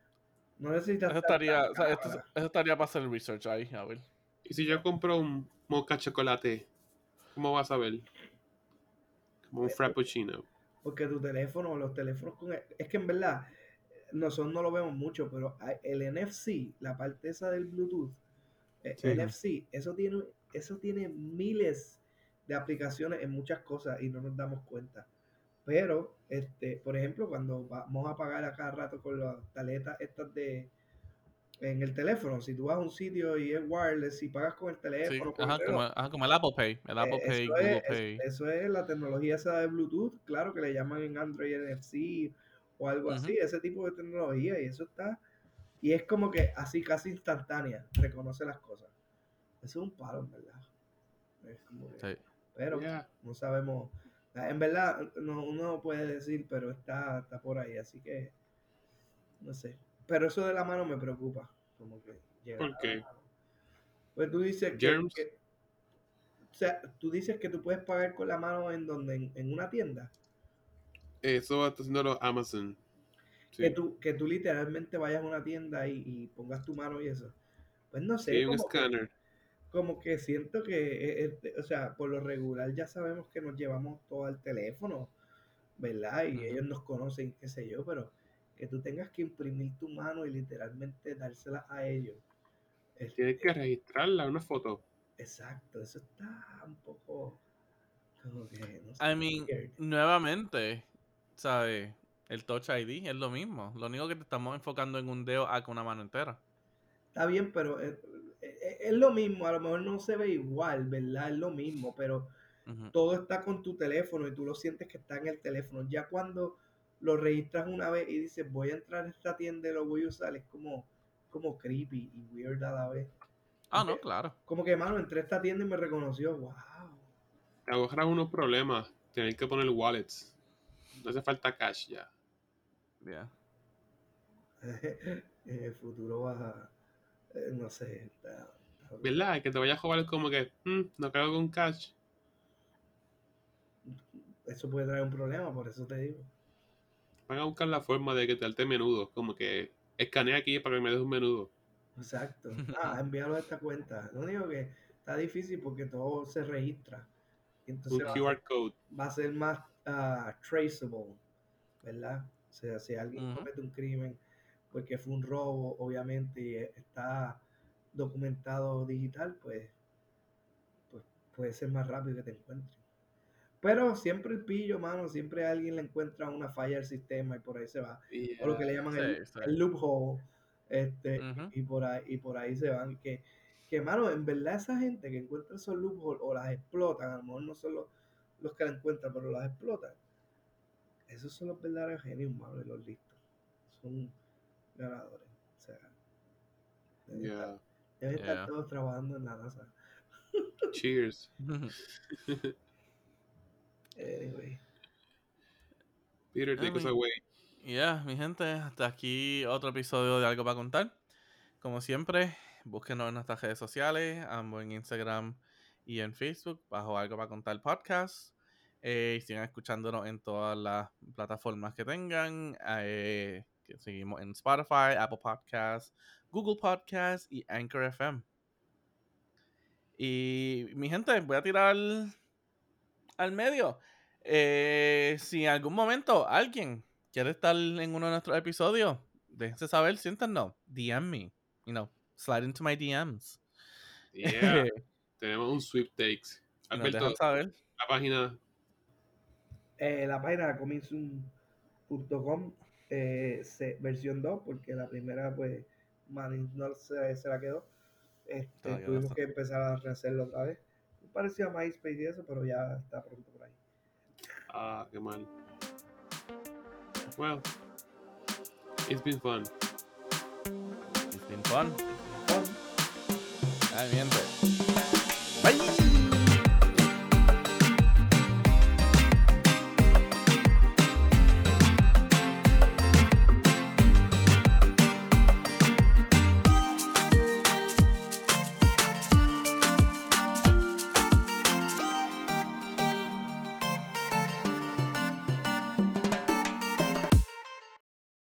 No necesitas...
eso estaría, o sea,
tanta
esto-
cámara.
eso estaría para hacer research ahí, a ver.
Y si yo compro un mocha chocolate, ¿cómo vas a ver? Como un frappuccino.
Porque tu teléfono, los teléfonos con... Es que en verdad, nosotros no lo vemos mucho, pero hay- el NFC, la parte esa del Bluetooth, eh,
Sí.
NFC, eso tiene, eso tiene miles de aplicaciones en muchas cosas y no nos damos cuenta. Pero, este, por ejemplo, cuando vamos a pagar a cada rato con las tarjetas estas de en el teléfono, si tú vas a un sitio y es wireless y pagas con el
Sí,
teléfono, con el
ajá,
reloj,
como, ajá, como el Apple Pay, el Apple
eh,
Pay,
eso
Google
es, es-
Pay.
eso es la tecnología esa de Bluetooth, claro que le llaman en Android NFC o algo
Ujú.
así, ese tipo de tecnología y eso está y es como que así casi instantánea, reconoce las cosas. Eso es un palo, en verdad. Es como que-
Sí.
Pero
Yeah.
no sabemos, en verdad no, uno no puede decir, pero está, está por ahí, así que no sé. Pero eso de la mano me preocupa, como que llegar
¿Por
a la
qué?
mano. Pues tú dices que-
Germs.
que o sea, tú dices que tú puedes pagar con la mano en donde, en, en una tienda.
Eso está haciendo los Amazon. Sí.
Que, tú, que tú literalmente vayas a una tienda y, y pongas tu mano y eso. Pues no sé,
Sí, hay un
como, que,
escáner.
como que siento que, eh, eh, te- o sea, por lo regular ya sabemos que nos llevamos todo al teléfono, ¿verdad? Y
Ujú.
ellos nos conocen, qué sé yo, pero que tú tengas que imprimir tu mano y literalmente dársela a ellos. Es-
Tienes que registrarla, una foto.
exacto, eso está un poco... Como que, no sé,
I mean,
weird.
nuevamente, ¿sabes? El Touch ID es lo mismo. Lo único que te estamos enfocando en un dedo a con una mano entera.
Está bien, pero es, es- es lo mismo, a lo mejor no se ve igual, ¿verdad? Es lo mismo, pero
Ujú.
todo está con tu teléfono y tú lo sientes que está en el teléfono. Ya cuando lo registras una vez y dices, voy a entrar a esta tienda y lo voy a usar, es como, como creepy y weird a la vez.
Ah,
Ok.
no, claro.
Como que, mano, entré a esta tienda y me reconoció, wow.
Te ahorras unos problemas. Tienes que poner wallets. No hace falta cash ya.
Yeah.
en el futuro vas a, eh, no sé, está- está-
¿Verdad? Que te vayas a jugar es como que, "Mm, no cargo con cash.
eso puede traer un problema, por eso te digo.
Van a buscar la forma de que te alte menudo. Como que escanea aquí para que me des un menudo.
Exacto. Ah, envíalo a esta cuenta. Lo único que está difícil porque todo se registra. Y
Un
Entonces va, a ser-
QR code.
va a ser más ah, traceable, ¿verdad? O sea, si alguien
Ujú.
comete un crimen porque fue un robo, obviamente, y eh, está documentado digital, pues, pues puede ser más rápido que te encuentren. Pero siempre el pillo, mano, siempre alguien le encuentra una falla al sistema y por ahí se va o lo que le llaman el,
Sí, sí.
el loophole, este,
Ujú.
y, por ahí, y por ahí se van. Que, que, mano, en verdad esa gente que encuentra esos loopholes o las explotan, a lo mejor no son los, los que la encuentran, pero las explotan. Esos son los verdaderos genios, mano, y los listos. Son ganadores. O sea, deben, estar,
Yeah.
deben estar
Yeah.
todos trabajando en la NASA.
Cheers.
Ujú.
Anyway,
Peter,
I
take us
mean,
away.
Yeah, mi gente, hasta aquí otro episodio de Algo para Contar. Como siempre, búsquenos en nuestras redes sociales, ambos en Instagram y en Facebook, bajo Algo para Contar Podcast. Eh, y sigan escuchándonos en todas las plataformas que tengan. eh, que seguimos en Spotify, Apple Podcasts, Google Podcasts y Anchor FM. Y mi gente, voy a tirar al medio. Eh, si en algún momento alguien quiere estar en uno de nuestros episodios, déjense saber, siéntanos, DM me, you know, slide into my DMs.
Yeah. Tenemos un sweepstakes.
y nos
Alberto,
dejan saber.
la página.
eh, la página cominsum.com eh, se- versión 2, porque la primera, pues, Manning no se, se la quedó. Este,
Todavía no
tuvimos
está.
que empezar a rehacerlo otra vez. Parecía MySpace y eso, pero ya está pronto por ahí.
Ah, qué mal. Well, it's been fun.
It's been fun.
Bueno,
Ay, mi gente.